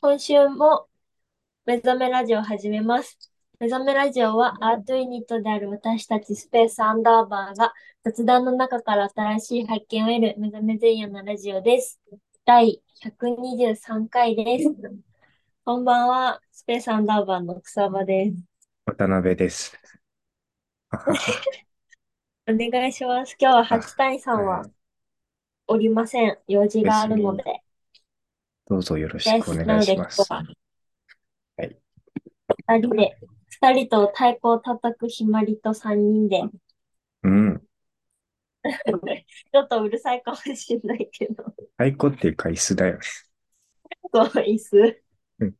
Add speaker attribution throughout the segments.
Speaker 1: 今週も目覚めラジオを始めます。目覚めラジオはアートユニットである私たちスペースアンダーバーが雑談の中から新しい発見を得る目覚め前夜のラジオです。第123回です。こんばんは、スペースアンダーバーの草場です。
Speaker 2: 渡辺です。あはは
Speaker 1: お願いします。今日は八谷さんは
Speaker 2: はい
Speaker 1: おりません。用事があるので。
Speaker 2: どうぞよろし
Speaker 1: で
Speaker 2: くお
Speaker 1: す。
Speaker 2: 願
Speaker 1: ないの
Speaker 2: し
Speaker 1: で今
Speaker 2: ま
Speaker 1: 日
Speaker 2: す。
Speaker 1: は
Speaker 2: はい。
Speaker 1: 二人で、二人と太鼓を叩くひまりと三人で、
Speaker 2: うん。
Speaker 1: ちょっとうるさいかもしれないけど、
Speaker 2: 太鼓っていうか椅子だよね。
Speaker 1: この椅子。
Speaker 2: うん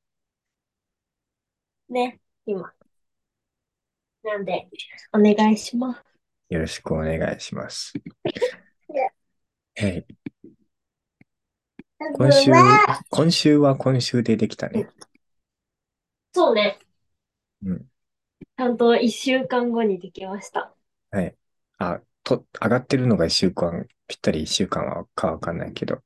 Speaker 1: ね、今。なんで、お願いします。
Speaker 2: よろしくお願いします。はい。今週、今週は今週でできたね。
Speaker 1: そうね、
Speaker 2: うん。
Speaker 1: ちゃんと一週間後にできました。
Speaker 2: はい。あ、と、上がってるのが一週間、ぴったり一週間はかわかんないけど。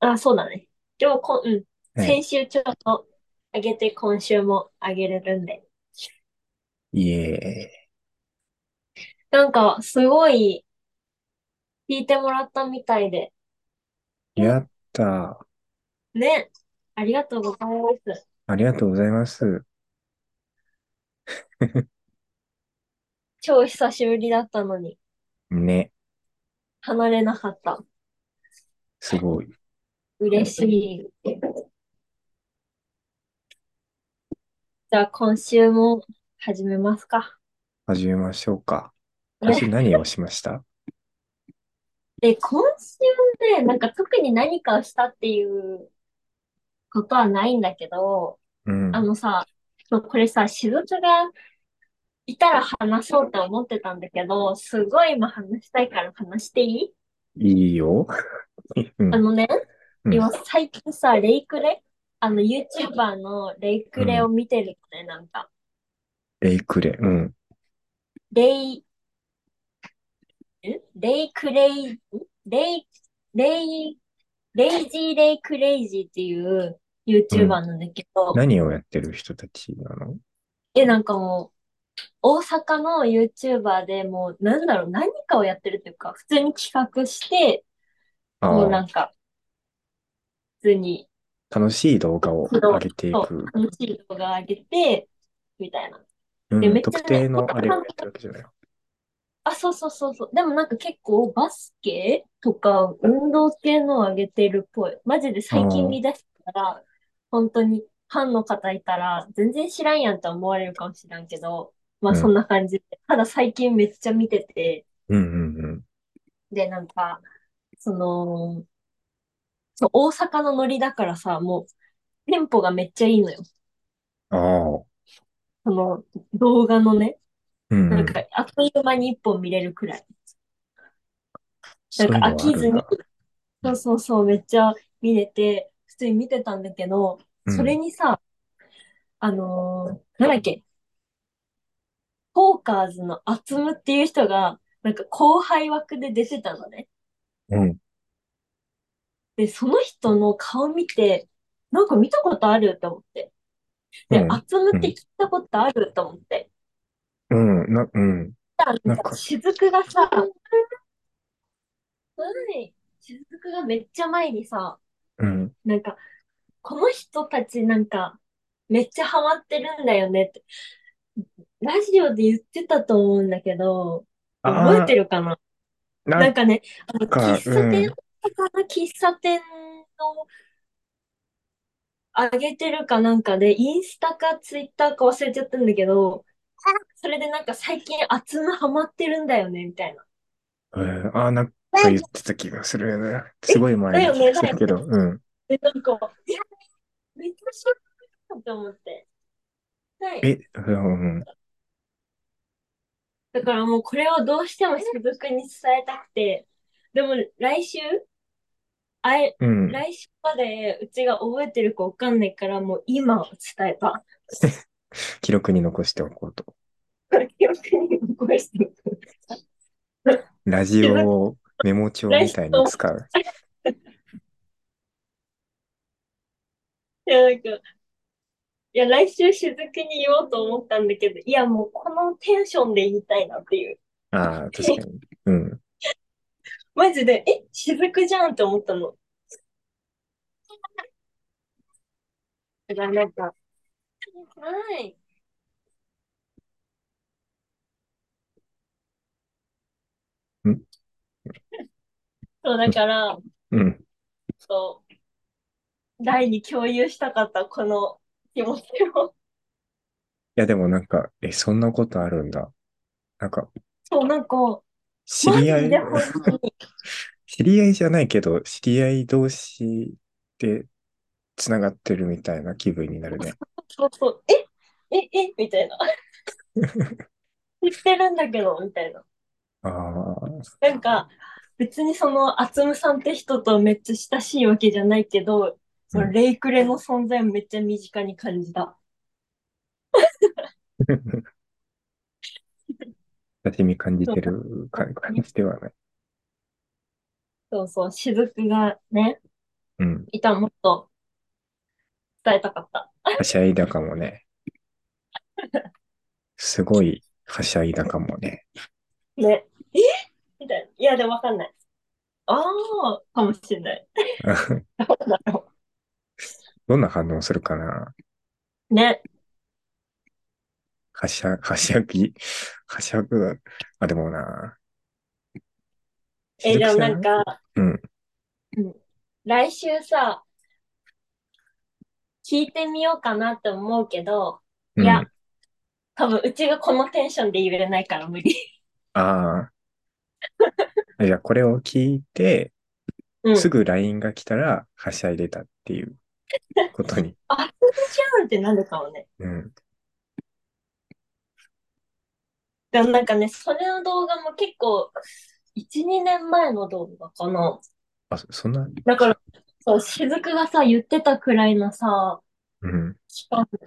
Speaker 1: あ、そうだね。でもこ、うん。
Speaker 2: は
Speaker 1: 先
Speaker 2: い。
Speaker 1: 週ちょっと上げて、今週も上げれるんで。
Speaker 2: いえ。
Speaker 1: なんか、すごい、聞いてもらったみたいで。
Speaker 2: やったー。
Speaker 1: ね、ありがとうございます。
Speaker 2: ありがとうございます。
Speaker 1: 超久しぶりだったのに、
Speaker 2: ね。
Speaker 1: 離れなかった。
Speaker 2: すごい。
Speaker 1: 嬉しい。じゃあ、今週も始めますか。
Speaker 2: 始めましょうか。今週
Speaker 1: ね。
Speaker 2: 何をしました
Speaker 1: で、今週ね、なんか特に何かをしたっていうことはないんだけど、
Speaker 2: う
Speaker 1: あ
Speaker 2: ん。
Speaker 1: のさ、まあこれさ、しずくがいたら話そうって思ってたんだけど、すごい今話したいから話していい
Speaker 2: いいよ。
Speaker 1: あ
Speaker 2: うん。
Speaker 1: のね、
Speaker 2: うん。
Speaker 1: 今最近さ、レイクレ、あの YouTuber のレイ
Speaker 2: う
Speaker 1: クレを
Speaker 2: ん。
Speaker 1: 見てるのね、なんか。
Speaker 2: レイクレ。うん。
Speaker 1: レイ、んレイクレイ、んレイ、レイ、レイジーレイクレイジーっていう
Speaker 2: う
Speaker 1: YouTuber
Speaker 2: ん。
Speaker 1: なんだけど、
Speaker 2: 何をやってる人たちなの
Speaker 1: え、なんかもう、大阪の YouTuber でもう、なんだろう、何かをやってるっていうか、普通に企画して、もう
Speaker 2: あ
Speaker 1: なんか、普通に、
Speaker 2: あ、楽しい動画を
Speaker 1: そ
Speaker 2: 上
Speaker 1: う、
Speaker 2: げてい
Speaker 1: そう
Speaker 2: く。
Speaker 1: 楽しい動画上げて、みたいな。で、
Speaker 2: うん、
Speaker 1: めっちゃ
Speaker 2: 特
Speaker 1: ね、
Speaker 2: 定
Speaker 1: 本
Speaker 2: の
Speaker 1: 当
Speaker 2: あれを
Speaker 1: 簡
Speaker 2: やって
Speaker 1: 単。
Speaker 2: るわけじゃない。
Speaker 1: あ、そうそうそうそう。でもなんか結構バスケとか運動系のを上げてるっぽい。マジで最近
Speaker 2: ああ、
Speaker 1: 見出したから、本当にファンの方いたら全然知らんやんとは思われるかもしれんけど、まあ
Speaker 2: う
Speaker 1: そん
Speaker 2: ん、
Speaker 1: な感じで。ただ最近めっちゃ見てて、
Speaker 2: うん、うん、うん。
Speaker 1: でなんか、その、そう大阪のノリだからさ、もうテンポがめっちゃいいのよ。
Speaker 2: ああ、
Speaker 1: その動画のね、
Speaker 2: う
Speaker 1: なん
Speaker 2: ん、う
Speaker 1: か
Speaker 2: ん。
Speaker 1: あっという間に一本見れるくらい。なん
Speaker 2: そう
Speaker 1: か
Speaker 2: い
Speaker 1: 飽
Speaker 2: うのはあ
Speaker 1: き
Speaker 2: る
Speaker 1: ず
Speaker 2: ん
Speaker 1: に、
Speaker 2: だ。う、
Speaker 1: そうんそうそう、めっちゃ見れて、普通に見てたんだけど、
Speaker 2: う
Speaker 1: それ
Speaker 2: ん。
Speaker 1: にさ、あのーなんだっけ、ポーカーズのアツムっていう人が、なんか後輩枠で出てたのね。
Speaker 2: うん。
Speaker 1: で、その人の顔見て、なんか見たことあると思って。
Speaker 2: う
Speaker 1: で、ア
Speaker 2: ん。
Speaker 1: ツム
Speaker 2: う
Speaker 1: って聞
Speaker 2: ん。
Speaker 1: いたことあると思って。
Speaker 2: うんな、うん。
Speaker 1: なんか
Speaker 2: なんか、
Speaker 1: 雫がさ、はい雫がめっちゃ前にさ、
Speaker 2: うん。
Speaker 1: なんか、この人たちなんか、めっちゃハマってるんだよねって、ラジオで言ってたと思うんだけど、覚え
Speaker 2: あ
Speaker 1: て
Speaker 2: あ、
Speaker 1: るかな
Speaker 2: な
Speaker 1: なん
Speaker 2: ん
Speaker 1: かね、あの、喫
Speaker 2: か、
Speaker 1: 茶
Speaker 2: う
Speaker 1: 店、
Speaker 2: ん。
Speaker 1: かな喫茶店の上げてるかなんかで、インスタかツイッターか忘れちゃったんだけど、それでなんか最近熱のハマってるんだよね、みたいな。
Speaker 2: えー、ああ、なんか言ってた気がするよね。すごい前
Speaker 1: だ
Speaker 2: な
Speaker 1: よ
Speaker 2: 気が
Speaker 1: ね、だ
Speaker 2: す
Speaker 1: よ
Speaker 2: るけど、
Speaker 1: ね。
Speaker 2: うん。
Speaker 1: で、なんか、いや、めっちゃショックだと思って。はい。
Speaker 2: え、うん、うん
Speaker 1: だからもうこれをどうしても雫に伝えたくて、でも来週、あい、
Speaker 2: うん。
Speaker 1: 来週までうちが覚えてるかわかんないから、もう今伝えた。
Speaker 2: 記録に残しておこうと。
Speaker 1: 記憶に残しておく。
Speaker 2: ラジ
Speaker 1: し
Speaker 2: オ
Speaker 1: ずく
Speaker 2: をメモ帳
Speaker 1: 来
Speaker 2: み
Speaker 1: 週
Speaker 2: たいに
Speaker 1: と、
Speaker 2: 使う。
Speaker 1: や、なんか、いや、来週しずくに言おうと思ったんだけど、いや、もうこのテンションで言いたいなっていう。
Speaker 2: ああ、確かに。うん。
Speaker 1: マジで、え、しずくじゃんって思ったの。だからなんか、はい。
Speaker 2: うん
Speaker 1: そう、だから、
Speaker 2: うん。
Speaker 1: そう、大に共有したかった、この気持ちを。
Speaker 2: いや、でもなんか、え、そんなことあるんだ。なんか、
Speaker 1: そう、なんか、
Speaker 2: 知
Speaker 1: マ
Speaker 2: り合
Speaker 1: ジ
Speaker 2: い、
Speaker 1: で本当に、
Speaker 2: 知り合いじゃないけど、知り合い同士で繋がってるみたいな気分になるね。
Speaker 1: そうそう、え、え、え、みたいな。言ってるんだけど、みたいな。
Speaker 2: あ あ、
Speaker 1: なんか、別にその、つむさんって人とめっちゃ親しいわけじゃないけど、
Speaker 2: う
Speaker 1: その
Speaker 2: ん。
Speaker 1: レイクレの存在をめっちゃ身近に感じた。
Speaker 2: 親しみ感じ
Speaker 1: そ
Speaker 2: て
Speaker 1: う、
Speaker 2: る
Speaker 1: 本
Speaker 2: 感、
Speaker 1: 当
Speaker 2: 感
Speaker 1: に
Speaker 2: じではない。
Speaker 1: そうそう、雫がね、
Speaker 2: うん。
Speaker 1: いたらもっと伝えたかった。
Speaker 2: はしゃいだかも ね。すごいはしゃいだかもね。
Speaker 1: ね。えみたいな。いや、でもわかんない。ああ、かもしれない。どうだろ
Speaker 2: どんな反応するかな
Speaker 1: う。ね。
Speaker 2: はしゃ、 はしゃぎ、はしゃぐ。あ、でもな、し
Speaker 1: え、
Speaker 2: ず
Speaker 1: で
Speaker 2: く
Speaker 1: も
Speaker 2: さ
Speaker 1: なん
Speaker 2: ん、
Speaker 1: か、
Speaker 2: うん、
Speaker 1: うん、来週さ、聞いてみようかなって思うけど、
Speaker 2: う
Speaker 1: いや、
Speaker 2: ん。
Speaker 1: 多分うちがこのテンションで言えないから無理。
Speaker 2: ああ、じゃあこれを聞いて、
Speaker 1: う
Speaker 2: す
Speaker 1: ん。
Speaker 2: ぐ LINE が来たら、はしゃいでたっていうことに。
Speaker 1: あ、つじゃんってなるかもね。
Speaker 2: うん。
Speaker 1: でもなんかね、それの動画も結構、1、2年前の動画かな。
Speaker 2: あ、そそんな、
Speaker 1: だか
Speaker 2: は、
Speaker 1: ら、そう、雫がさ、言ってたくらいのさ、
Speaker 2: うん。
Speaker 1: 期間、期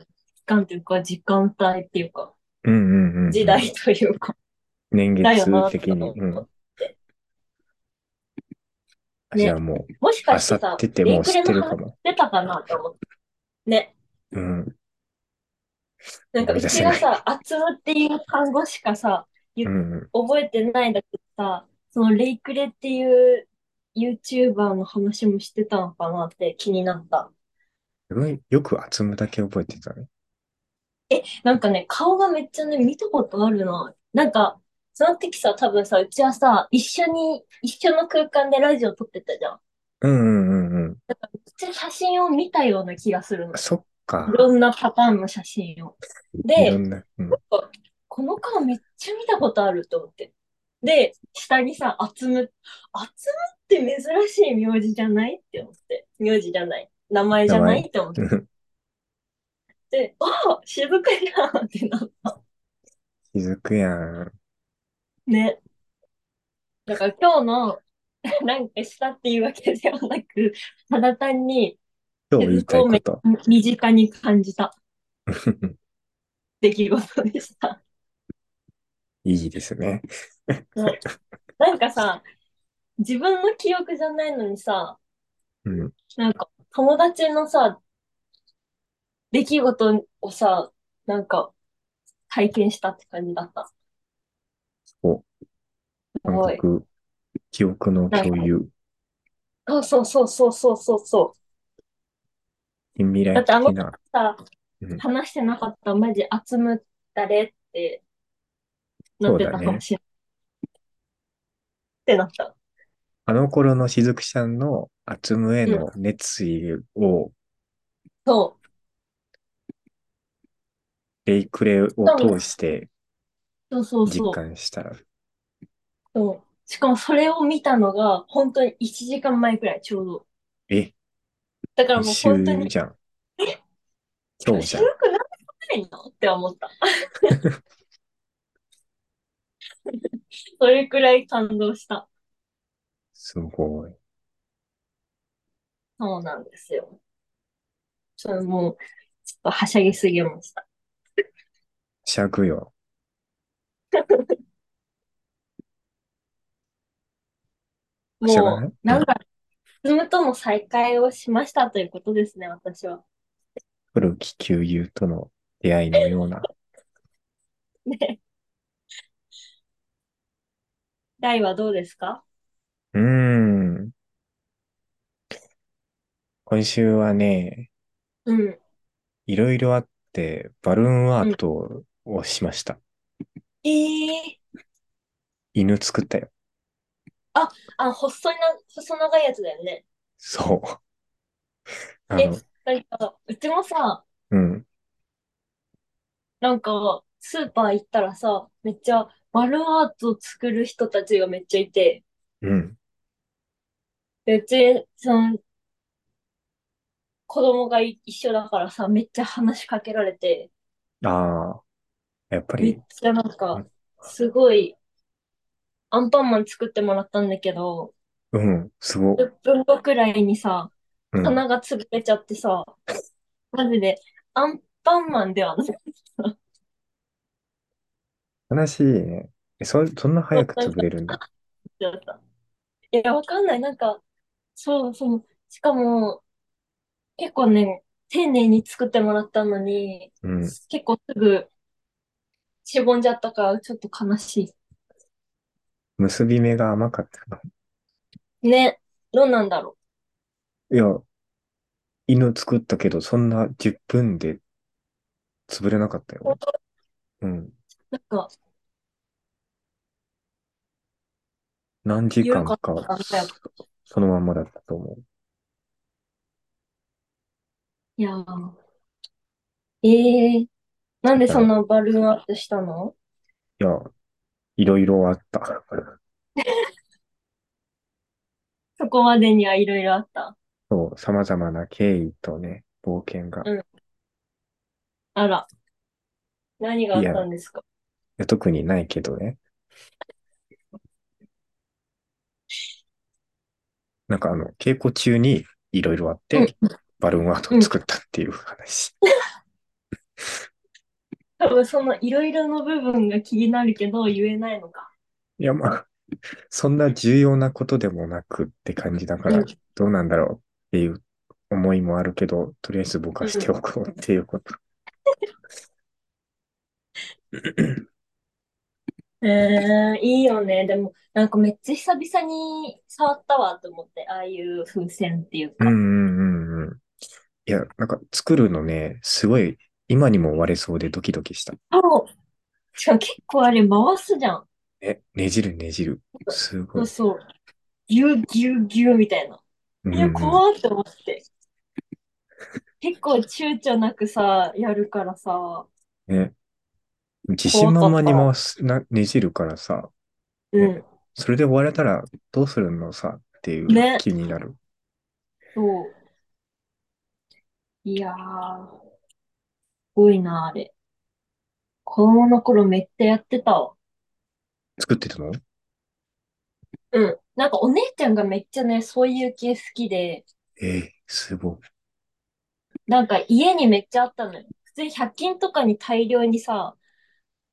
Speaker 1: 間というか、時間帯っていうか、
Speaker 2: うんうんうん
Speaker 1: 時
Speaker 2: うん。
Speaker 1: 代というか、
Speaker 2: 年
Speaker 1: だよ
Speaker 2: 月
Speaker 1: な、
Speaker 2: 的
Speaker 1: と
Speaker 2: に。うん。
Speaker 1: 思って。
Speaker 2: あじゃあ
Speaker 1: ね。
Speaker 2: もう、
Speaker 1: もし
Speaker 2: あ
Speaker 1: かし
Speaker 2: さ
Speaker 1: て
Speaker 2: っ
Speaker 1: さ、
Speaker 2: てって
Speaker 1: レ
Speaker 2: も
Speaker 1: イ
Speaker 2: う
Speaker 1: ク
Speaker 2: 知っ
Speaker 1: レ
Speaker 2: て
Speaker 1: の
Speaker 2: るか
Speaker 1: 話
Speaker 2: も。
Speaker 1: 出たかなと思って。ね。
Speaker 2: うん。
Speaker 1: なんか、
Speaker 2: 思いう出
Speaker 1: ち
Speaker 2: せ
Speaker 1: が
Speaker 2: ない。
Speaker 1: さ、集まっていう単語しかさ、
Speaker 2: う
Speaker 1: ゆ
Speaker 2: んうん。
Speaker 1: 覚えてないんだけどさ、そのレイクレっていう YouTuber の話もしてたのかなって気になった。
Speaker 2: すごい、よく集むだけ覚えてたね。
Speaker 1: え、なんかね、顔がめっちゃね、見たことあるな。なんか、その時さ、多分さ、うちはさ、一緒に、一緒の空間でラジオ撮ってたじゃん。
Speaker 2: うんうんうんうん。
Speaker 1: めっちゃ写真を見たような気がするの。
Speaker 2: そっ
Speaker 1: いろ
Speaker 2: か。
Speaker 1: んなパターンの写真を。
Speaker 2: いろ
Speaker 1: で、
Speaker 2: んな、うん。
Speaker 1: なんかこの顔めっちゃ見たことあると思って。で、下にさ、あつむ。あつむって珍しい名字じゃないって思って。名字じゃない。名前じ
Speaker 2: 名
Speaker 1: ゃな
Speaker 2: 前。
Speaker 1: いって思っ
Speaker 2: うん
Speaker 1: て。ああ、渋くなーってなった。
Speaker 2: 気づくやん。
Speaker 1: ね。だから今日の、 なんかしたっていうわけではなく、ただ単に、
Speaker 2: 今日言い
Speaker 1: 雫
Speaker 2: たい
Speaker 1: を
Speaker 2: こ
Speaker 1: め
Speaker 2: と。
Speaker 1: 身近に感じた出来事でした。
Speaker 2: いいですね。
Speaker 1: ね。なんかさ、自分の記憶じゃないのにさ、
Speaker 2: うん。
Speaker 1: なんか友達のさ、出来事をさ、なんか体験したって感じだった。
Speaker 2: こう、
Speaker 1: す
Speaker 2: 感
Speaker 1: ごい。
Speaker 2: 覚、記憶の
Speaker 1: なん
Speaker 2: 共
Speaker 1: か、
Speaker 2: 有、
Speaker 1: そうそうそうそうそうそうそう。
Speaker 2: 近未
Speaker 1: だ
Speaker 2: 来
Speaker 1: ってあの
Speaker 2: 的
Speaker 1: 時
Speaker 2: な。
Speaker 1: さ、
Speaker 2: うん。
Speaker 1: 話してなかった、マジ、あつむ誰ってな
Speaker 2: そ
Speaker 1: っ
Speaker 2: う
Speaker 1: て
Speaker 2: だ
Speaker 1: た
Speaker 2: ね。
Speaker 1: 話ってなった。
Speaker 2: あの頃のしずくさんの厚むへ
Speaker 1: うん。
Speaker 2: の熱意を、
Speaker 1: そう。
Speaker 2: レイクレを
Speaker 1: 多分
Speaker 2: 通して
Speaker 1: そうそう
Speaker 2: 実
Speaker 1: そう。
Speaker 2: 感した。
Speaker 1: そう。しかもそれを見たのが本当に1時間前くらいちょうど。
Speaker 2: え、
Speaker 1: だから
Speaker 2: 2
Speaker 1: もう本当
Speaker 2: 週
Speaker 1: に、
Speaker 2: じゃん。
Speaker 1: え、
Speaker 2: 今日じ
Speaker 1: し
Speaker 2: ゃ
Speaker 1: ず
Speaker 2: ん。
Speaker 1: くなんで来ないのって思った。 それくらい感動した。
Speaker 2: すごい。
Speaker 1: そうなんですよ。それもう、ちょっとはしゃぎすぎました。
Speaker 2: しゃぐよ。はしゃがな
Speaker 1: も、
Speaker 2: いうう
Speaker 1: なん
Speaker 2: ん。
Speaker 1: だろう、ズームとの再会をしましたということですね、私は。
Speaker 2: 古き旧友との出会いのような。
Speaker 1: ね。大はどうですか
Speaker 2: うーん。今週はね、
Speaker 1: うん。
Speaker 2: いろいろあって、バルーンア
Speaker 1: う
Speaker 2: ー
Speaker 1: ん。
Speaker 2: トをしました。
Speaker 1: ええ
Speaker 2: 犬作ったよ。
Speaker 1: あ、あ、細いな、細長いやつだよね。
Speaker 2: そう。あ
Speaker 1: え、
Speaker 2: の、
Speaker 1: なんか、うちもさ、
Speaker 2: うん。
Speaker 1: なんか、スーパー行ったらさ、めっちゃ、バルーンアートを作る人たちがめっちゃいて、
Speaker 2: うん。
Speaker 1: でうち、その、子供がい一緒だからさ、めっちゃ話しかけられて、
Speaker 2: ああ、やっぱ
Speaker 1: めっ
Speaker 2: り、
Speaker 1: ちゃなんか、
Speaker 2: う
Speaker 1: すごい、アンパンマン作ってもらったんだけど、
Speaker 2: ん、すご。
Speaker 1: 10分後くらいにさ、
Speaker 2: うん。
Speaker 1: 鼻が潰れちゃってさ、マジで、アンパンマンではない。
Speaker 2: 悲しいね。え、そ、そんな
Speaker 1: そう
Speaker 2: 早く
Speaker 1: なん
Speaker 2: 潰
Speaker 1: か
Speaker 2: れるんだ。
Speaker 1: ちゃった。いや、わかんない。なんか、そうそう。しかも、結構ね、丁寧に作ってもらったのに、
Speaker 2: うん。
Speaker 1: 結構すぐしぼんじゃったから、ちょっと悲し
Speaker 2: 結び目が甘かったな。
Speaker 1: い。ね、どうなんだろ
Speaker 2: いや、犬作ったけど、そんな10分で潰れなかった
Speaker 1: う。
Speaker 2: よ。うん。
Speaker 1: なんか、
Speaker 2: 何時
Speaker 1: 緩
Speaker 2: 間
Speaker 1: かっ
Speaker 2: か、
Speaker 1: たんだよ。
Speaker 2: そそのまんまだったと思う。
Speaker 1: いやー、ええなんで
Speaker 2: あ
Speaker 1: そん
Speaker 2: の、
Speaker 1: なバルーンアップしたの
Speaker 2: いや、いろいろあった。
Speaker 1: そこまでにはいろいろあった。
Speaker 2: そう、様々な経緯とね、冒険が。
Speaker 1: うん。あら、何が
Speaker 2: い
Speaker 1: あっ
Speaker 2: や、い
Speaker 1: たんですか
Speaker 2: や特にないけどね。なんかあの、稽古中にいろいろあっ
Speaker 1: うん、
Speaker 2: て、バルーンアート
Speaker 1: う
Speaker 2: を
Speaker 1: ん。
Speaker 2: 作ったっていう話。
Speaker 1: 多分そのいろいろの部分が気になるけど言えないのか。
Speaker 2: いや、まあ、そんな重要なことでもなくって感じだか
Speaker 1: うん、
Speaker 2: ら、どうなんだろうっていう思いもあるけど、とりあえず僕
Speaker 1: う
Speaker 2: はして
Speaker 1: ん。
Speaker 2: おこうっていうこと。
Speaker 1: えー、いいよね。でも、なんかめっちゃ久々に触ったわと思って、ああいう風船っていう
Speaker 2: うん
Speaker 1: か。
Speaker 2: うんうんうん。いや、なんか作るのね、すごい今にも割れそうでドキドキした。
Speaker 1: そう。しかも結構あれ回すじゃん。
Speaker 2: え、ねじるねじる。すご
Speaker 1: そう
Speaker 2: い。
Speaker 1: そう。ぎゅうぎゅうぎゅうみたいな。
Speaker 2: う
Speaker 1: いや、
Speaker 2: んうん。
Speaker 1: 怖ーって思って。結構躊躇なくさ、やるからさ、
Speaker 2: ね、自信
Speaker 1: 怖
Speaker 2: 満
Speaker 1: かっ
Speaker 2: 々
Speaker 1: た。
Speaker 2: に回す、な、ねじるからさ、
Speaker 1: う
Speaker 2: ね、
Speaker 1: ん。
Speaker 2: それで終われたらどうするのさっていう
Speaker 1: ね。
Speaker 2: 気になる。
Speaker 1: そう。いやー、すごいな、あれ。子供の頃めっちゃやってたわ。
Speaker 2: 作ってたの
Speaker 1: うん。なんかお姉ちゃんがめっちゃね、そういう系好きで、
Speaker 2: えー、すごい。
Speaker 1: なんか家にめっちゃあったのよ。普通に100均とかに大量にさ、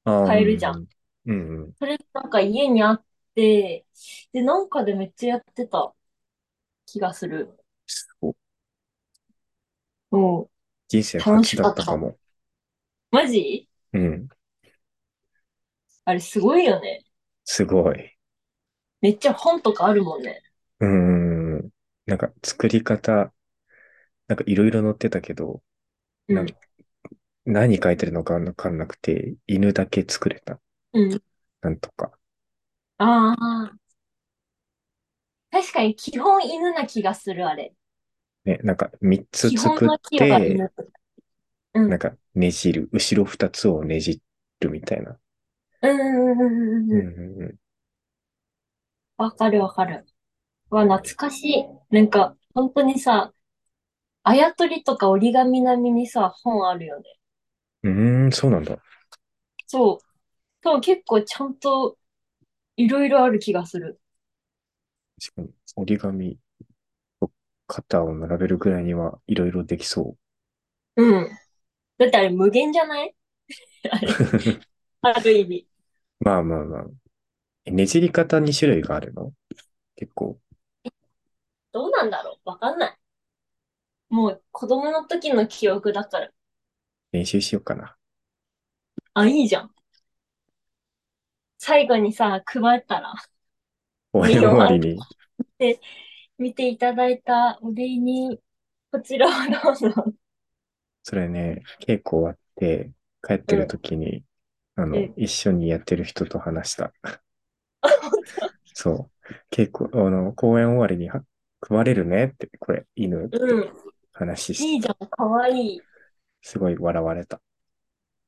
Speaker 2: ああ、う
Speaker 1: 買えるじゃん。
Speaker 2: ん。うんうん。
Speaker 1: それなんか家にあって、で、なんかでめっちゃやってた気がする。
Speaker 2: すごい。
Speaker 1: も
Speaker 2: 人生
Speaker 1: う、楽
Speaker 2: 初
Speaker 1: し
Speaker 2: だ
Speaker 1: か
Speaker 2: っ
Speaker 1: った
Speaker 2: か
Speaker 1: た。
Speaker 2: も。
Speaker 1: マジ
Speaker 2: うん。
Speaker 1: あれすごいよね。
Speaker 2: すごい。
Speaker 1: めっちゃ本とかあるもんね。
Speaker 2: うん。うんなんか作り方、なんかいろいろ載ってたけど、
Speaker 1: う。
Speaker 2: なんん、何書いてるのかわかんなくて、犬だけ作れた。
Speaker 1: うん。
Speaker 2: なんとか。
Speaker 1: ああ、確かに基本犬な気がする、あれ。
Speaker 2: ね、なんか3つ
Speaker 1: 基本
Speaker 2: 作っ
Speaker 1: のキは
Speaker 2: て、
Speaker 1: 犬。う
Speaker 2: なん
Speaker 1: ん。
Speaker 2: かねじる。後ろ2つをねじるみたいな。
Speaker 1: うんうんうんうんうん
Speaker 2: う
Speaker 1: うんん。
Speaker 2: うんうん。
Speaker 1: わかるわかる。わ、懐かしい。なんか、本当にさ、あやとりとか折り紙並みにさ、本あるよね。
Speaker 2: うーん、そうなんだ。
Speaker 1: そう。多分結構ちゃんといろいろある気がする。
Speaker 2: 確かに。折り紙と肩を並べるぐらいにはいろいろできそ
Speaker 1: うん。だってあれ無限じゃない あれ、
Speaker 2: う。
Speaker 1: ある意味。
Speaker 2: まあまあまあ。えねじり方に種類があるの結構。
Speaker 1: どうなんだろうわかんない。もう子供の時の記憶だから。
Speaker 2: 練習しようかな。
Speaker 1: あ、いいじゃん。最後にさ、配ったら、
Speaker 2: 終わり終わりに。
Speaker 1: 見ていただいたお礼に、こちらをどうぞ。
Speaker 2: それね、稽古終わって、帰ってる時に、あの、
Speaker 1: うん
Speaker 2: 一緒にやってる人と話した。そう。稽古、あの、公演終わりには、配れるねって、これ、犬って
Speaker 1: うん。
Speaker 2: 話して、
Speaker 1: いいじゃん。かわいい。
Speaker 2: すごい笑われた。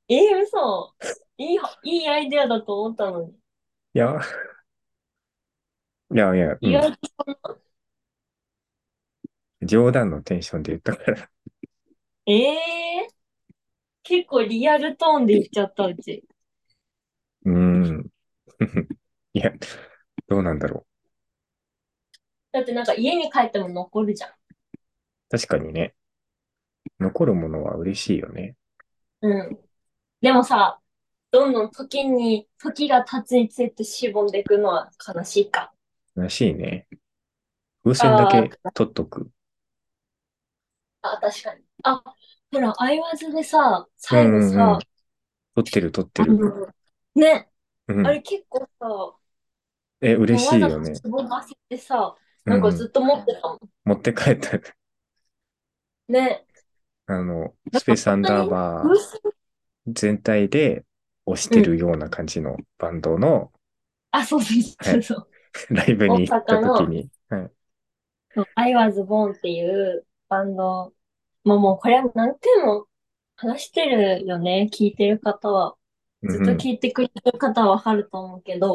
Speaker 1: えー、嘘。いい、いいアイデアだと思ったのに。
Speaker 2: いや、いやいや、
Speaker 1: 意
Speaker 2: う
Speaker 1: 外と
Speaker 2: ん
Speaker 1: そんな。
Speaker 2: 冗談のテンションで言ったから、
Speaker 1: えー、結構リアルトーンで言っちゃったうち。
Speaker 2: うーん。 いや、どうなんだろ
Speaker 1: だってなんか家に帰っても残るじゃん。
Speaker 2: う。確かにね、残るものは嬉しいよね。
Speaker 1: うん。でもさ、どんどん時に、時が経つにつれてしぼんでいくのは悲しいか。
Speaker 2: らしいね。風船だけ取っとく。
Speaker 1: あ、確かに。あ、ほら、相わずでさ、最後
Speaker 2: うんうん
Speaker 1: さ、
Speaker 2: 取ってる取ってる。
Speaker 1: あのね、
Speaker 2: うん
Speaker 1: あれ結構さ、
Speaker 2: え、嬉しいよ
Speaker 1: わざ
Speaker 2: ね
Speaker 1: と。しぼませてさ、なんかずっと持ってたもん。
Speaker 2: うん持って 帰った、
Speaker 1: ね、
Speaker 2: あの、スペースアンダーバー
Speaker 1: 風船
Speaker 2: 全体で押してるような感じのバンドの
Speaker 1: あ、そうそうそうそう。
Speaker 2: ライブに行った時に、はい
Speaker 1: そう、I was born っていうバンド。まあもうこれは何回も話してるよね。聞いてる方は。ずっと聞いてくれてる方はわかると思うけど、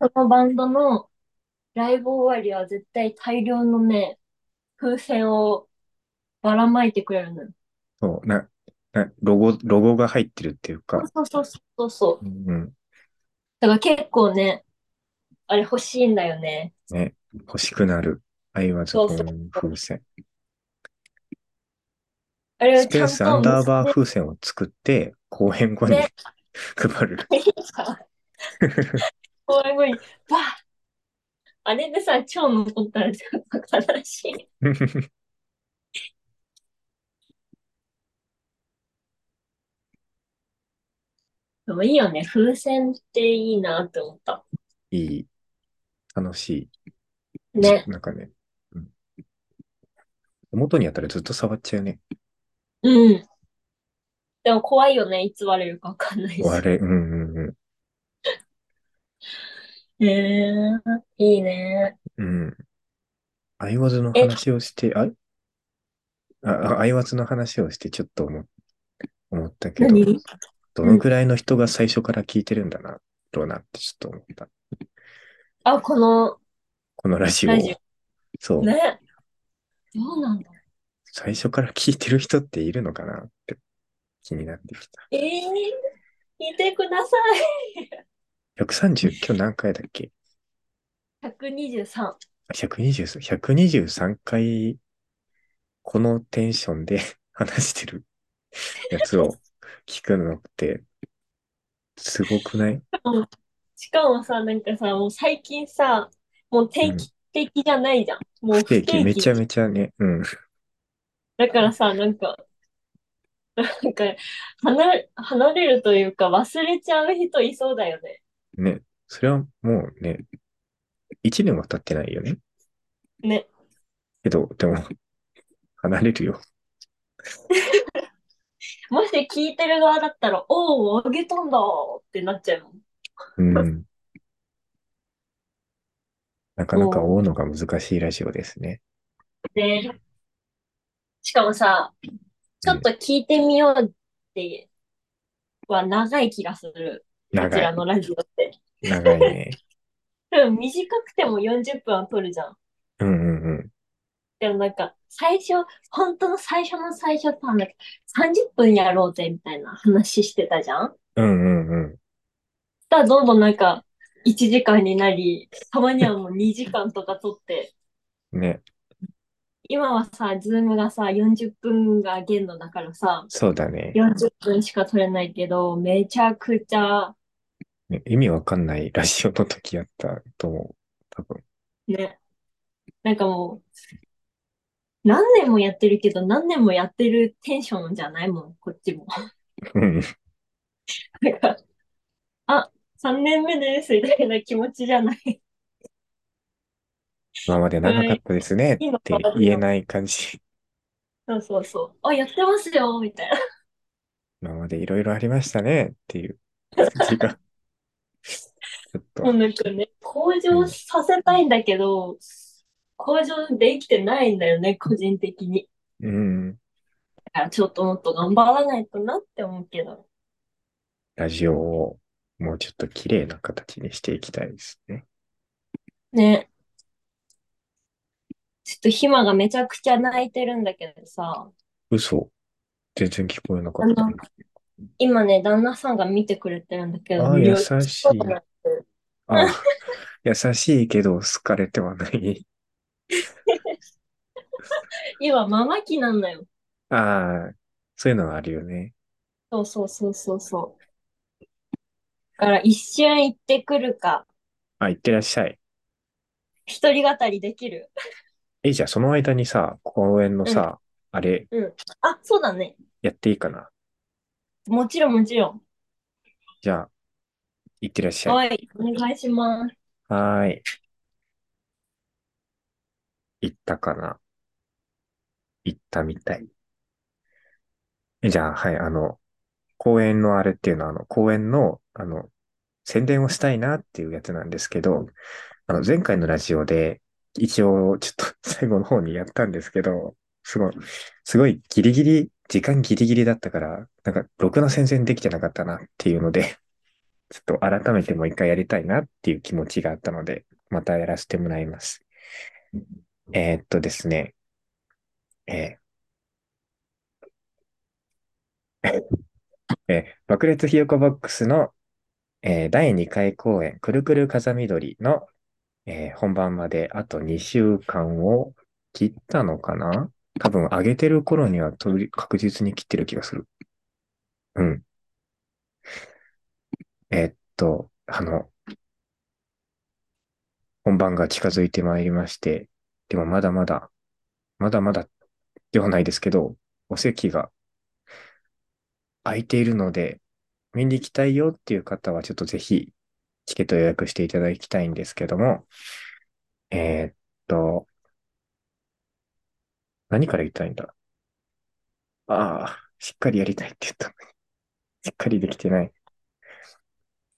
Speaker 1: そのバンドのライブ終わりは絶対大量のね、風船をばらまいてくれるのよ。
Speaker 2: そう、な、な、ロゴ、ロゴが入ってるっていうか、
Speaker 1: そうそうそうそうそう。
Speaker 2: うん、
Speaker 1: だから結構ね、あれ欲しいんだよね。
Speaker 2: ね、欲しくなる。I was
Speaker 1: そうそう
Speaker 2: born 風船。
Speaker 1: あれを
Speaker 2: ス
Speaker 1: ち
Speaker 2: ペ
Speaker 1: ゃ
Speaker 2: ー
Speaker 1: ん
Speaker 2: スアンダーバー
Speaker 1: と
Speaker 2: 風船を作って、公演後に
Speaker 1: ね
Speaker 2: 配る。
Speaker 1: 結べさ、公演後に、ばあれでさ、超残ったらちょっと悲しい。でもいいよね。風船っていいなって思った。
Speaker 2: いい、楽しい。
Speaker 1: ね。
Speaker 2: なんかね、うん。元にあったらずっと触っちゃうね。
Speaker 1: うん。でも怖いよね。いつ割れるかわかんないし。
Speaker 2: あれ、うんうん
Speaker 1: へえいいね。
Speaker 2: うん。うん。アイワズの話をして、あ、あ、アイワズの話をしてちょっと思っ思ったけど、
Speaker 1: 何
Speaker 2: どのくらいの人が最初から聞いてるんだな、どうなってちょっと思った。
Speaker 1: あ、この
Speaker 2: このラジオを
Speaker 1: ラジ
Speaker 2: そう、
Speaker 1: ね。どうなんだろう。
Speaker 2: 最初から聞いてる人っているのかなって気になってきた。
Speaker 1: えー、聞いてくださ
Speaker 2: 130、今日何回だっけ
Speaker 1: い。123。
Speaker 2: 120 ?123 回、このテンションで 話してるやつを聞くのって、すごくない
Speaker 1: しかもさ、なんかさ、もう最近さ、もう定期的じゃないじゃん。もう
Speaker 2: 不定期、めちゃめちゃね、うん。
Speaker 1: だからさ、なんか、 なんか、離れ、離れるというか忘れちゃう人いそうだよね。
Speaker 2: ね、それはもうね、1年は経ってないよね。
Speaker 1: ね。
Speaker 2: けど、でも、離れるよ。
Speaker 1: もし聞いてる側だったら、おお、あげたんだってなっちゃうもん。
Speaker 2: うん。なかなか追うのが難しいラジオですね。
Speaker 1: ね。しかもさ、ちょっと聞いてみようっては長い気がする。こち
Speaker 2: 長
Speaker 1: ら
Speaker 2: い、
Speaker 1: のラジオって。
Speaker 2: 長いね。
Speaker 1: でも短くても40分は撮るじゃん。
Speaker 2: うんうんうん。
Speaker 1: でもなんか、最初、本当の最初の最初さ、なんか30分やろうぜみたいな話してたじゃん。
Speaker 2: うんうんうん。
Speaker 1: たらどんどんなんか、1時間になり、たまにはもう2時間とか撮って、
Speaker 2: ね、
Speaker 1: 今はさ、ズームがさ、40分が限度だからさ、
Speaker 2: そうだね。
Speaker 1: 40分しか撮れないけど、めちゃくちゃ、
Speaker 2: ね意味わかんないラジオの時やったと思う。多分。
Speaker 1: ね、なんかもう、何年もやってるけど、何年もやってるテンションじゃないもん、こっちも。
Speaker 2: う
Speaker 1: な
Speaker 2: ん。
Speaker 1: んか、あ、3年目です、みたいな気持ちじゃない。
Speaker 2: 今まで長か
Speaker 1: は
Speaker 2: っ
Speaker 1: い。
Speaker 2: たですねっ
Speaker 1: いいのか
Speaker 2: て
Speaker 1: な、
Speaker 2: 言えない感じ。
Speaker 1: そうそうそう。あ、やってますよ、みたいな。
Speaker 2: 今までいろいろありましたねっていう感じが、 ちょっ
Speaker 1: もう
Speaker 2: と、
Speaker 1: なんかね、向
Speaker 2: う
Speaker 1: 上
Speaker 2: ん。
Speaker 1: させたいんだけど、向上できてないんだよね、個人的に。
Speaker 2: うん。
Speaker 1: だからちょっともっと頑張らないとなって思うけど。
Speaker 2: ラジオをもうちょっと綺麗な形にしていきたいですね。
Speaker 1: ね、ちょっとひまがめちゃくちゃ泣いてるんだけどさ、
Speaker 2: 嘘。全然聞こえなか
Speaker 1: あ
Speaker 2: っ
Speaker 1: の、
Speaker 2: たね。
Speaker 1: 今ね、旦那さんが見てくれてるんだけど、
Speaker 2: ああ、
Speaker 1: 無
Speaker 2: 優
Speaker 1: 料で
Speaker 2: しい。
Speaker 1: る。
Speaker 2: ああ、優しいけど好かれてはない。
Speaker 1: 今、ママ期なんだよ。
Speaker 2: ああ、そういうのはあるよね。
Speaker 1: そうそうそうそうそう。だから一瞬行ってくるか、
Speaker 2: あ、いってらっしゃい。
Speaker 1: 一人語りできる。
Speaker 2: え、じゃあその間にさ、公園の
Speaker 1: うん、
Speaker 2: さ、あれ
Speaker 1: うん。あ、そうだね。
Speaker 2: やっていいかな。
Speaker 1: もちろんもちろん。
Speaker 2: じゃあ、いってらっしゃい。
Speaker 1: はい、お願いします。
Speaker 2: はーい。行ったかな。行ったみたい。えじゃあ、はい、あの、公園のあれっていうのは、あの、公園の、あの、宣伝をしたいなっていうやつなんですけど、あの、前回のラジオで、一応、ちょっと 最後の方にやったんですけど、すごい、すごいギリギリ、時間ギリギリだったから、なんか、ろくな宣伝できてなかったなっていうので、ちょっと改めてもう一回やりたいなっていう気持ちがあったので、またやらせてもらいます。えーっとですね、えー えー爆裂ひよこボックスの、えー第2回公演、くるくる風緑の、えー本番まであと2週間を切ったのかな多分上げてる頃にはとり確実に切ってる気がする。うん。えーっと、あの、本番が近づいてまいりまして、でもまだまだ、まだまだではないですけど、お席が空いているので、見に行きたいよっていう方はちょっとぜひ、チケット予約していただきたいんですけども、えーっと、何から言いたいんだああ、しっかりやりたいって言ったのに。しっかりできてない。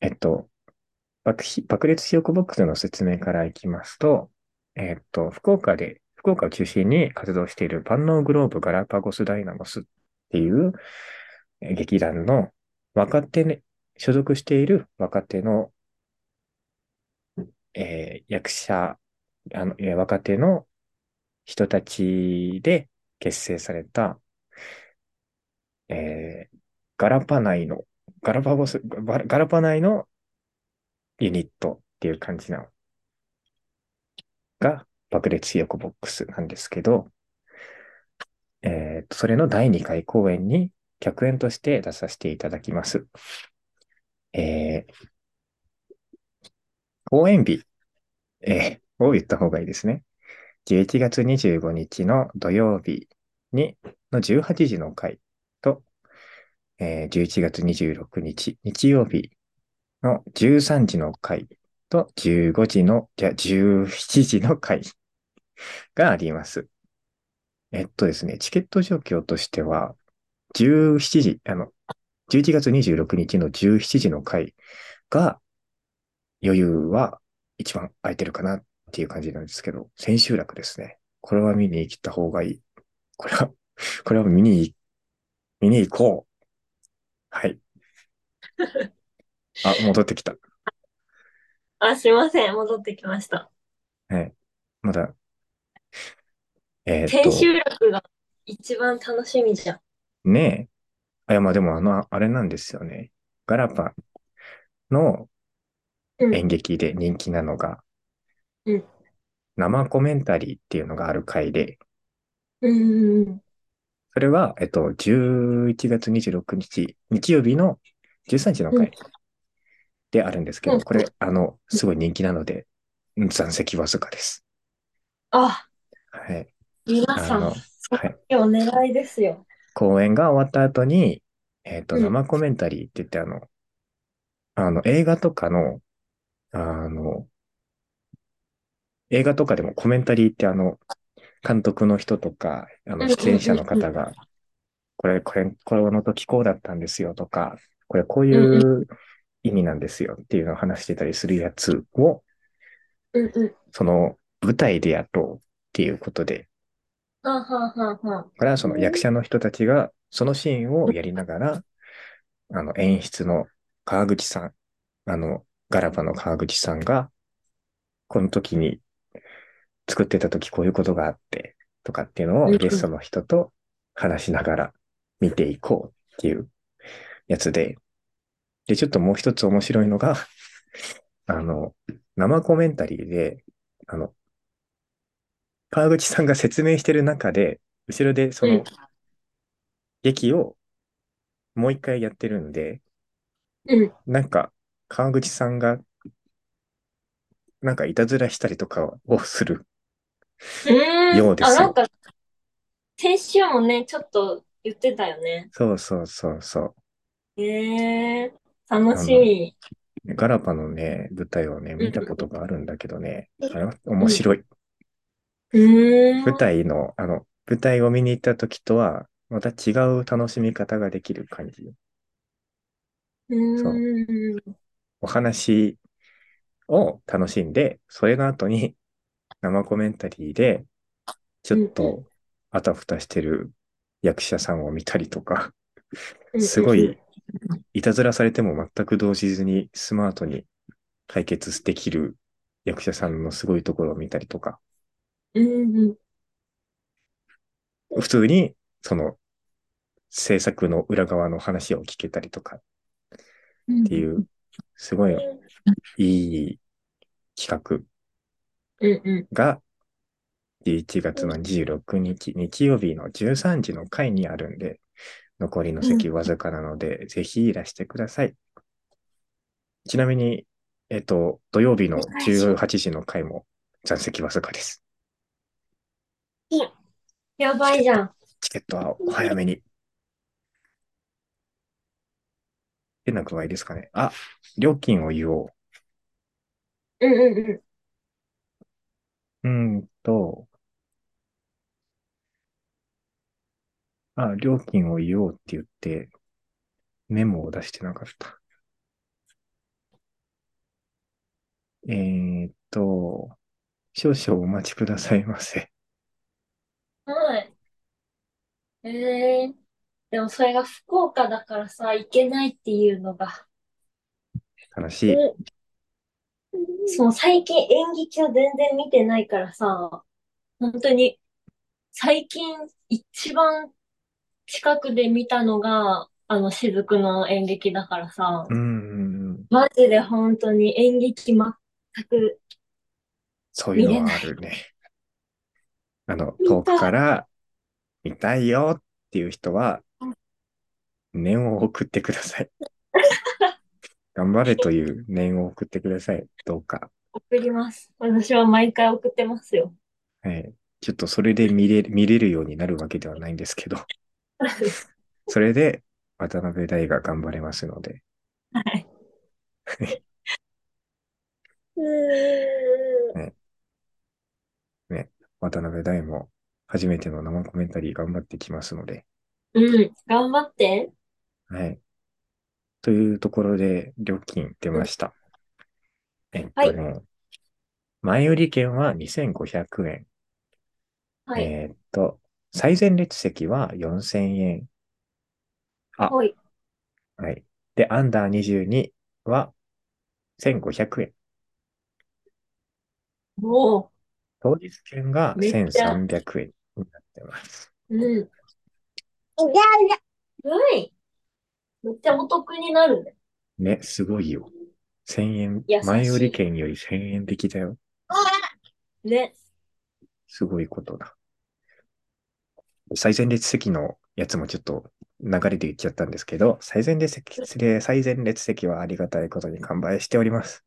Speaker 2: えっと、爆ひ、爆裂ひよこボックスの説明からいきますと、えっと、福岡で、福岡を中心に活動している万能グローブガラパゴスダイナモスっていうえー劇団の若手ね、所属している若手の、えー役者、あの、えー若手の人たちで結成された、えーガラパ内の、ガラパゴス、ガラガラパ内のユニットっていう感じなのが、爆裂ひよこボックスなんですけど、えーと、それの第2回公演に客演として出させていただきます。えー公演日、えーを言った方がいいですね。11月25日の土曜日に、の18時の回と、えー、11月26日、日曜日の13時の回と15時の、じゃ、17時の回があります。えっとですね、チケット状況としては、17時、あの、11月26日の17時の回が余裕は一番空いてるかなっていう感じなんですけど、千秋楽ですね。これは見に行った方がいい。これは、これは見に、見に行こう。はい。あ、戻ってきた。
Speaker 1: あ、すいません。戻ってきました。
Speaker 2: はい。まだ、えーっ
Speaker 1: 千
Speaker 2: と、
Speaker 1: 秋楽が一番楽しみじゃん。
Speaker 2: ねえ。あ、いや、まあでもあの、あれなんですよね。ガラパの
Speaker 1: うん、
Speaker 2: 演劇で人気なのが、
Speaker 1: うん、
Speaker 2: 生コメンタリーっていうのがある回で、
Speaker 1: うん、うん、
Speaker 2: それは、えっと、11月26日、日曜日の13時の
Speaker 1: うん、
Speaker 2: 回であるんですけ
Speaker 1: うん。
Speaker 2: ど、これ、あの、すごい人気なので、うん残席わずかです。
Speaker 1: あ、
Speaker 2: はい。
Speaker 1: 皆
Speaker 2: あ
Speaker 1: さん、
Speaker 2: の、
Speaker 1: そ
Speaker 2: はい。
Speaker 1: れお願いですよ。
Speaker 2: 公演が終わった後に、えっと、
Speaker 1: うん。
Speaker 2: 生コメンタリーって言って、あの、あの、映画とかの、あの、映画とかでもコメンタリーってあの、監督の人とか、あ
Speaker 1: う
Speaker 2: の、
Speaker 1: ん
Speaker 2: 出演
Speaker 1: う
Speaker 2: 者
Speaker 1: ん
Speaker 2: の
Speaker 1: うん
Speaker 2: 方が、これ、これ、この時こうだったんですよとか、これ、こうい
Speaker 1: うん。うん
Speaker 2: う意味なんですよっていうのを話してたりするやつを、
Speaker 1: うんうん。
Speaker 2: その舞台でやろうっていうことで、
Speaker 1: はあはあはあはあ。
Speaker 2: これは
Speaker 1: う
Speaker 2: その役
Speaker 1: ん
Speaker 2: 者の人たちが、そのシーンをやりながら、あの、演出の川口さん、あの、ガラパの川口さんが、この時に作ってた時こういうことがあって、とかっていうの
Speaker 1: う
Speaker 2: を
Speaker 1: ん
Speaker 2: ゲ
Speaker 1: う
Speaker 2: スト
Speaker 1: ん。
Speaker 2: の人と話しながら見ていこうっていうやつで、で、ちょっともう一つ面白いのが、 あの、生コメンタリーで、あの、川口さんが説明してる中で、後ろでそ
Speaker 1: うん。
Speaker 2: の劇をもう一回やってるんで、
Speaker 1: うん。
Speaker 2: なんか川口さんがなんかいたずらしたりとかをする
Speaker 1: うーん。
Speaker 2: ようで
Speaker 1: あ、
Speaker 2: す
Speaker 1: なん
Speaker 2: よ。
Speaker 1: か、先週もね、ちょっと言ってたよね。
Speaker 2: そうそうそうそう
Speaker 1: ええ
Speaker 2: あ
Speaker 1: 楽し
Speaker 2: の、
Speaker 1: み。
Speaker 2: ガラパのね、舞台をね、
Speaker 1: う
Speaker 2: 見たこと
Speaker 1: ん。
Speaker 2: があるんだけどね、あれは
Speaker 1: う
Speaker 2: 面
Speaker 1: ん。
Speaker 2: 白い。
Speaker 1: う
Speaker 2: 舞
Speaker 1: ーん。
Speaker 2: 台の、あの、舞台を見に行った時とは、また違う楽しみ方ができる感じ。
Speaker 1: う
Speaker 2: そう。
Speaker 1: ーん。
Speaker 2: お話を楽しんで、それの後に生コメンタリーで、ちょ
Speaker 1: う
Speaker 2: っ
Speaker 1: んうん。
Speaker 2: と、あたふたしてる役者さんを見たりとか、
Speaker 1: うん
Speaker 2: すご
Speaker 1: うんう
Speaker 2: い、
Speaker 1: ん。
Speaker 2: いたずらされても全く動じずに、スマートに解決できる役者さんのすごいところを見たりとか、
Speaker 1: うんうん。
Speaker 2: 普通に、その、制作の裏側の話を聞けたりとかっ
Speaker 1: う
Speaker 2: てい
Speaker 1: ん
Speaker 2: う、すごいいい企
Speaker 1: うんうん
Speaker 2: 画が11月の26日、日曜日の13時の回にあるんで、残り
Speaker 1: う
Speaker 2: の
Speaker 1: ん
Speaker 2: 席わずかなので、ぜひいらしてください。ちなみに、えっと、土曜日
Speaker 1: お
Speaker 2: の
Speaker 1: 願いし
Speaker 2: 18時の回も残席わずかです。
Speaker 1: ますや
Speaker 2: チ
Speaker 1: ば
Speaker 2: ケ
Speaker 1: い
Speaker 2: ッ
Speaker 1: じゃ
Speaker 2: ト、
Speaker 1: ん。
Speaker 2: チケットはお早めに。変な具合ですかね。あ、料金を言おう。
Speaker 1: うんうんうん。
Speaker 2: うーんと、あ、料金を言おうって言ってメモを出してなかった。えーっと、少々お待ちくださいませ。
Speaker 1: はい。ええでもそれが福岡だからさ、行けないっていうのが。
Speaker 2: 悲しい。
Speaker 1: そう、最近演劇を全然見てないからさ、本当に最近一番近くで見たのが、あの、雫の演劇だからさ、
Speaker 2: うーん、
Speaker 1: マジで本当に演劇全く
Speaker 2: そういう
Speaker 1: 見れ
Speaker 2: のは
Speaker 1: な
Speaker 2: あ
Speaker 1: い。
Speaker 2: るね。あの、
Speaker 1: 見
Speaker 2: 遠く
Speaker 1: た。
Speaker 2: から見たいよっていう人は、念を送ってくだ さい。頑張れという念を送ってください。どうか。
Speaker 1: 送ります。私は毎回送ってますよ。
Speaker 2: はい。ちょっとそれで見れ、見れるようになるわけではないんですけど、それで渡辺大が頑張れますので。
Speaker 1: はい。うーん
Speaker 2: ね、ね、渡辺大も初めての生コメンタリー頑張ってきますので。
Speaker 1: うん、頑張って。
Speaker 2: はい。というところで料金出
Speaker 1: う
Speaker 2: ま
Speaker 1: ん、
Speaker 2: した。えっ
Speaker 1: は
Speaker 2: と
Speaker 1: い、
Speaker 2: ね、前売り券は2500円。
Speaker 1: はい、
Speaker 2: えっと、最前列席は4000円。あ、
Speaker 1: はい。
Speaker 2: はい。で、アンダー22は1500円。
Speaker 1: もう、
Speaker 2: 当日券が
Speaker 1: めっちゃ、
Speaker 2: 1300円になってます。
Speaker 1: うん。はい。めっちゃお得になるね。
Speaker 2: ね、すごいよ。1000円、
Speaker 1: 優
Speaker 2: 前売り
Speaker 1: し
Speaker 2: 券より1000円引きだよ。
Speaker 1: い。ね。
Speaker 2: すごいことだ。最前列席のやつもちょっと流れで言っちゃったんですけど、最前列席で、最前列席はありがたいことに完売しております。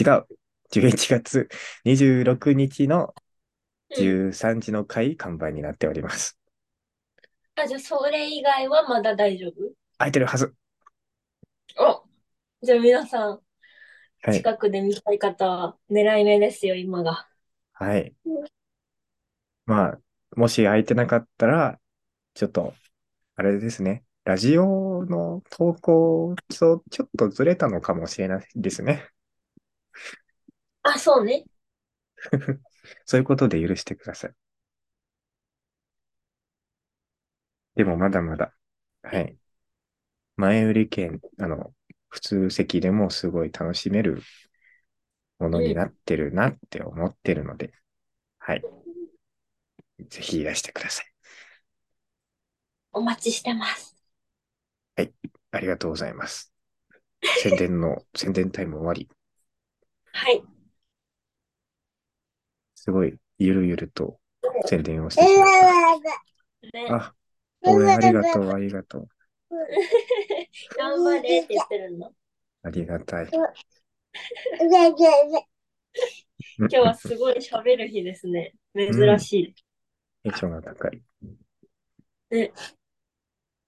Speaker 2: 違う。11月26日の
Speaker 1: う
Speaker 2: 13時の回看板になっております。
Speaker 1: あ、じゃあ、それ以外はまだ大丈夫
Speaker 2: 空いてるはず。
Speaker 1: お、じゃあ皆さん、
Speaker 2: はい。
Speaker 1: 近くで見たい方は狙い目ですよ、今が。
Speaker 2: はい。まあ、もし空いてなかったら、ちょっと、あれですね。ラジオの投稿とちょっとずれたのかもしれないですね。
Speaker 1: あ、そうね。
Speaker 2: そういうことで許してください。でもまだまだ、はい。前売り券、あの、普通席でもすごい楽しめるものになってるなって思ってるので、はい。ぜひいらしてください。
Speaker 1: お待ちしてます。
Speaker 2: ありがとうございます。宣伝の、 宣伝タイム終わり。
Speaker 1: はい。
Speaker 2: すごい、ゆるゆると宣伝をしてしまっ
Speaker 3: 頑
Speaker 1: ね
Speaker 2: た。あ、応援ありがとう、ありがとう。
Speaker 1: 頑張れって言ってるの。
Speaker 2: ありがたい。今
Speaker 1: 今日はすごい喋る日ですね。珍しい。
Speaker 2: テンションが高い。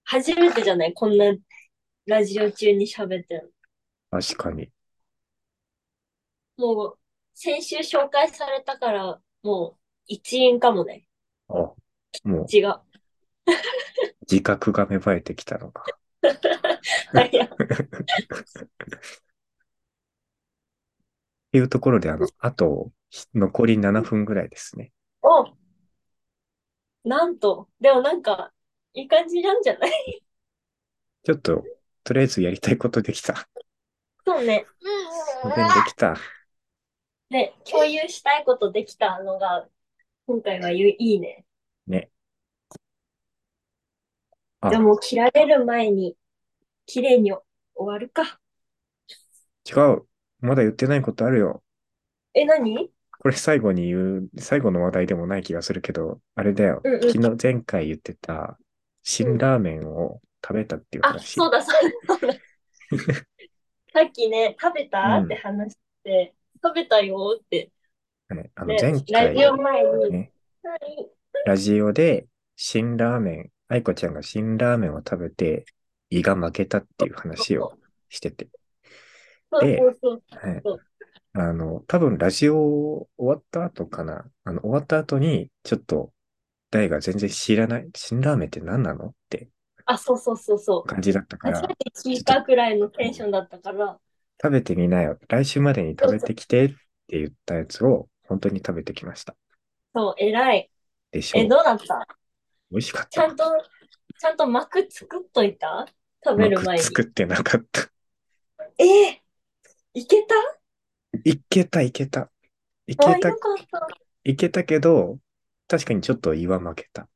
Speaker 1: 初めてじゃないこんなラジオ中に喋ってる
Speaker 2: 確かに。
Speaker 1: の。もう、先週紹介されたから、もう、一員かもね。
Speaker 2: あ、もう
Speaker 1: 違う。
Speaker 2: 自覚が芽生えてきたのか。
Speaker 1: はいや。
Speaker 2: っていうところで、あの、あと、ひ残り7分ぐらいですね。
Speaker 1: おなんと、でもなんか、いい感じなんじゃない
Speaker 2: ちょっと、とりあえずやりたいことできた。
Speaker 1: そうね。
Speaker 2: 宣伝できた。
Speaker 1: ね、共有したいことできたのが、今回はゆいいね。
Speaker 2: ね。あ
Speaker 1: じゃあもう切られる前に、綺麗に終わるか。
Speaker 2: 違う。まだ言ってないことあるよ。
Speaker 1: え、何
Speaker 2: これ最後に言う、最後の話題でもない気がするけど、あれだよ。
Speaker 1: うんうん
Speaker 2: 昨日、前回言ってた、辛ラーメンを食べたっていう
Speaker 1: あ、
Speaker 2: 話。
Speaker 1: そうだ、そうだ。 さっきね、食べた
Speaker 2: うん
Speaker 1: って話して、食べたよって、
Speaker 2: ねあの、
Speaker 1: ね
Speaker 2: 前
Speaker 1: ラ
Speaker 2: 回、
Speaker 1: ジオ前に。
Speaker 2: ね、
Speaker 1: はい
Speaker 2: ラジオで、辛ラーメン、愛子ちゃんが辛ラーメンを食べて、胃が負けたっていう話をしてて。
Speaker 1: そう
Speaker 2: で
Speaker 1: そうそう。
Speaker 2: はい
Speaker 1: そう。
Speaker 2: あの、多分ラジオ終わった後かな。あの、終わった後に、ちょっと、大が全然知らない、辛ラーメンって何なのって
Speaker 1: あ、そうそうそうそう。
Speaker 2: 感じだったから
Speaker 1: 初、めて聞いたくらいのテンションだったから、
Speaker 2: 食べてみなよ。来週までに食べてきてって言ったやつを、本当に食べてきました。
Speaker 1: そう、偉い。
Speaker 2: でしょ
Speaker 1: え、
Speaker 2: う。
Speaker 1: どうだった
Speaker 2: 美味しかっ
Speaker 1: ちゃ
Speaker 2: た。
Speaker 1: んと、ちゃんと膜作っといた食べる
Speaker 2: うま
Speaker 1: 前
Speaker 2: く
Speaker 1: に。
Speaker 2: 作ってなかった。
Speaker 1: えーいけた
Speaker 2: いけた、いけた。い
Speaker 1: あ
Speaker 2: け
Speaker 1: ー
Speaker 2: た
Speaker 1: よ、かった。
Speaker 2: いけたけど、確かにちょっと胃は負けた。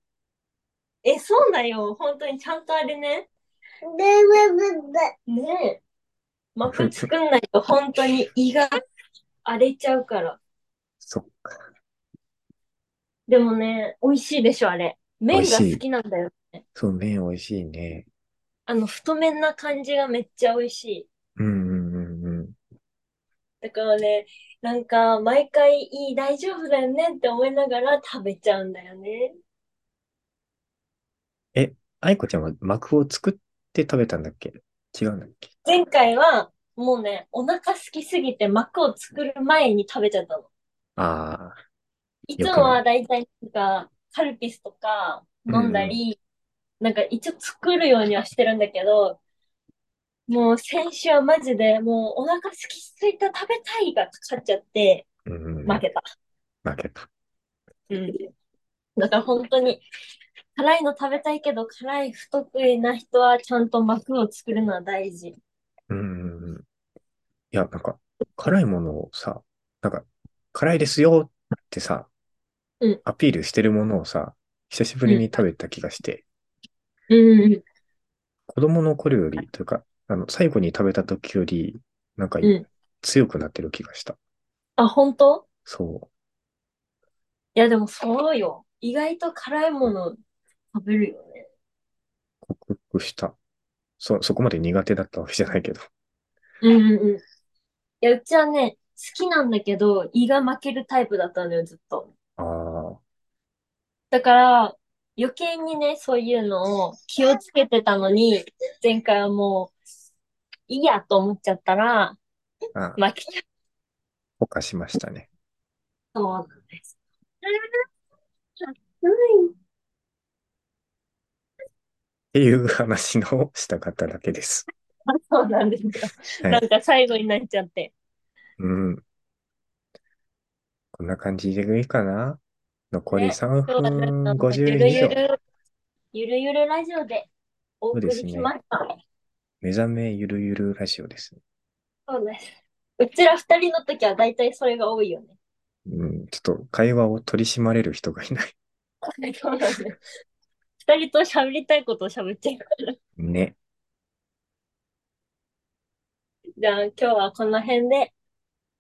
Speaker 1: え、そうだよ。本当にちゃんとあれね。ねえ。膜作んないと本当に胃が荒れちゃうから。
Speaker 2: そっか。
Speaker 1: でもね、美味しいでしょ、あれ。麺が
Speaker 2: 美味しい
Speaker 1: 好きなんだよ。
Speaker 2: そう、麺美味しいね。
Speaker 1: あの、太麺な感じがめっちゃ美味しい。
Speaker 2: うんうんうんうん。
Speaker 1: だからね、なんか、毎回いい、大丈夫だよねって思いながら食べちゃうんだよね。
Speaker 2: 愛子ちゃんは膜を作って食べたんだっけ違うんだっけ
Speaker 1: 前回は、もうね、お腹空きすぎて膜を作る前に食べちゃったの。
Speaker 2: ああ、
Speaker 1: いつもはだいたいなんか、カルピスとか飲んだり、なんか一応作るようにはしてるんだけど、もう先週はマジでもうお腹空きすいた食べたいがかかっちゃって、
Speaker 2: うんうん、
Speaker 1: 負けた。
Speaker 2: 負けた。
Speaker 1: うん。だから本当に、辛いの食べたいけど、辛い不得意な人はちゃんと膜を作るのは大事。
Speaker 2: うんうんうん。いや、なんか、辛いものをさ、なんか、辛いですよってさ、
Speaker 1: うん
Speaker 2: アピールしてるものをさ、久しぶりに食べた気がして、
Speaker 1: うん。
Speaker 2: 子供の頃より、というか、あの、最後に食べた時より、なんか、
Speaker 1: うん
Speaker 2: 強くなってる気がした。
Speaker 1: あ、本当
Speaker 2: そ
Speaker 1: いや、でもそうよ。意外と辛いもの食べるよね。
Speaker 2: う、克服した。そ、そこまで苦手だったわけじゃない けど。
Speaker 1: うんうんうん。いや、うちはね、好きなんだけど、胃が負けるタイプだったのよ、ずっと。
Speaker 2: ああ、
Speaker 1: だから、余計にね、そういうのを気をつけてたのに、前回はもう、いいやと思っちゃったら、
Speaker 2: あ、
Speaker 1: 負けちゃっ
Speaker 2: 犯しましたね。
Speaker 1: たもんです。
Speaker 2: っていう話のしたかっただけです。
Speaker 1: あ そうなんですか。
Speaker 2: は。
Speaker 1: ないんか最後になっちゃって。
Speaker 2: うん。こんな感じでいいかな残り
Speaker 1: ね、
Speaker 2: 3
Speaker 1: 今日はなんかも
Speaker 2: 分
Speaker 1: うゆる
Speaker 2: 50以
Speaker 1: ゆ
Speaker 2: 上。
Speaker 1: る、ゆるゆるラジオでお
Speaker 2: そうで
Speaker 1: 送
Speaker 2: す
Speaker 1: りし
Speaker 2: ね。
Speaker 1: ました。
Speaker 2: 目覚めゆるゆるラジオですね。
Speaker 1: そうです。うちら二人の時は大体それが多いよ ね。
Speaker 2: うん。ちょっと会話を取り締まれる人がいない。
Speaker 1: そうなんです。二人と喋りたいことを喋ってる。
Speaker 2: ね。
Speaker 1: じゃあ今日はこの辺で。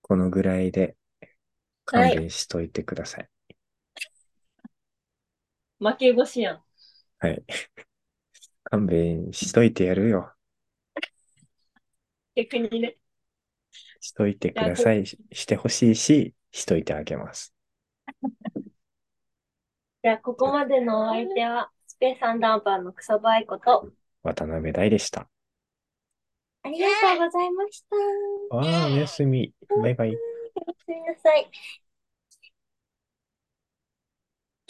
Speaker 2: このぐらいで
Speaker 1: は
Speaker 2: 勘
Speaker 1: い。
Speaker 2: 弁しといてください。
Speaker 1: 負け越しやん。
Speaker 2: はい。勘弁しといてやるよ。
Speaker 1: 逆にね。
Speaker 2: しといて
Speaker 1: じ
Speaker 2: く
Speaker 1: ゃあ
Speaker 2: だ
Speaker 1: 今
Speaker 2: さい。ししてほしいし、しといてあげます。
Speaker 1: じゃあ、ここまでのお相手は、スペースアンダーバーの草場愛子と、
Speaker 2: 渡辺大でした。
Speaker 1: ありがとうございました。
Speaker 2: わあ、おやすみ。バイバイ。
Speaker 1: おやすみなさい。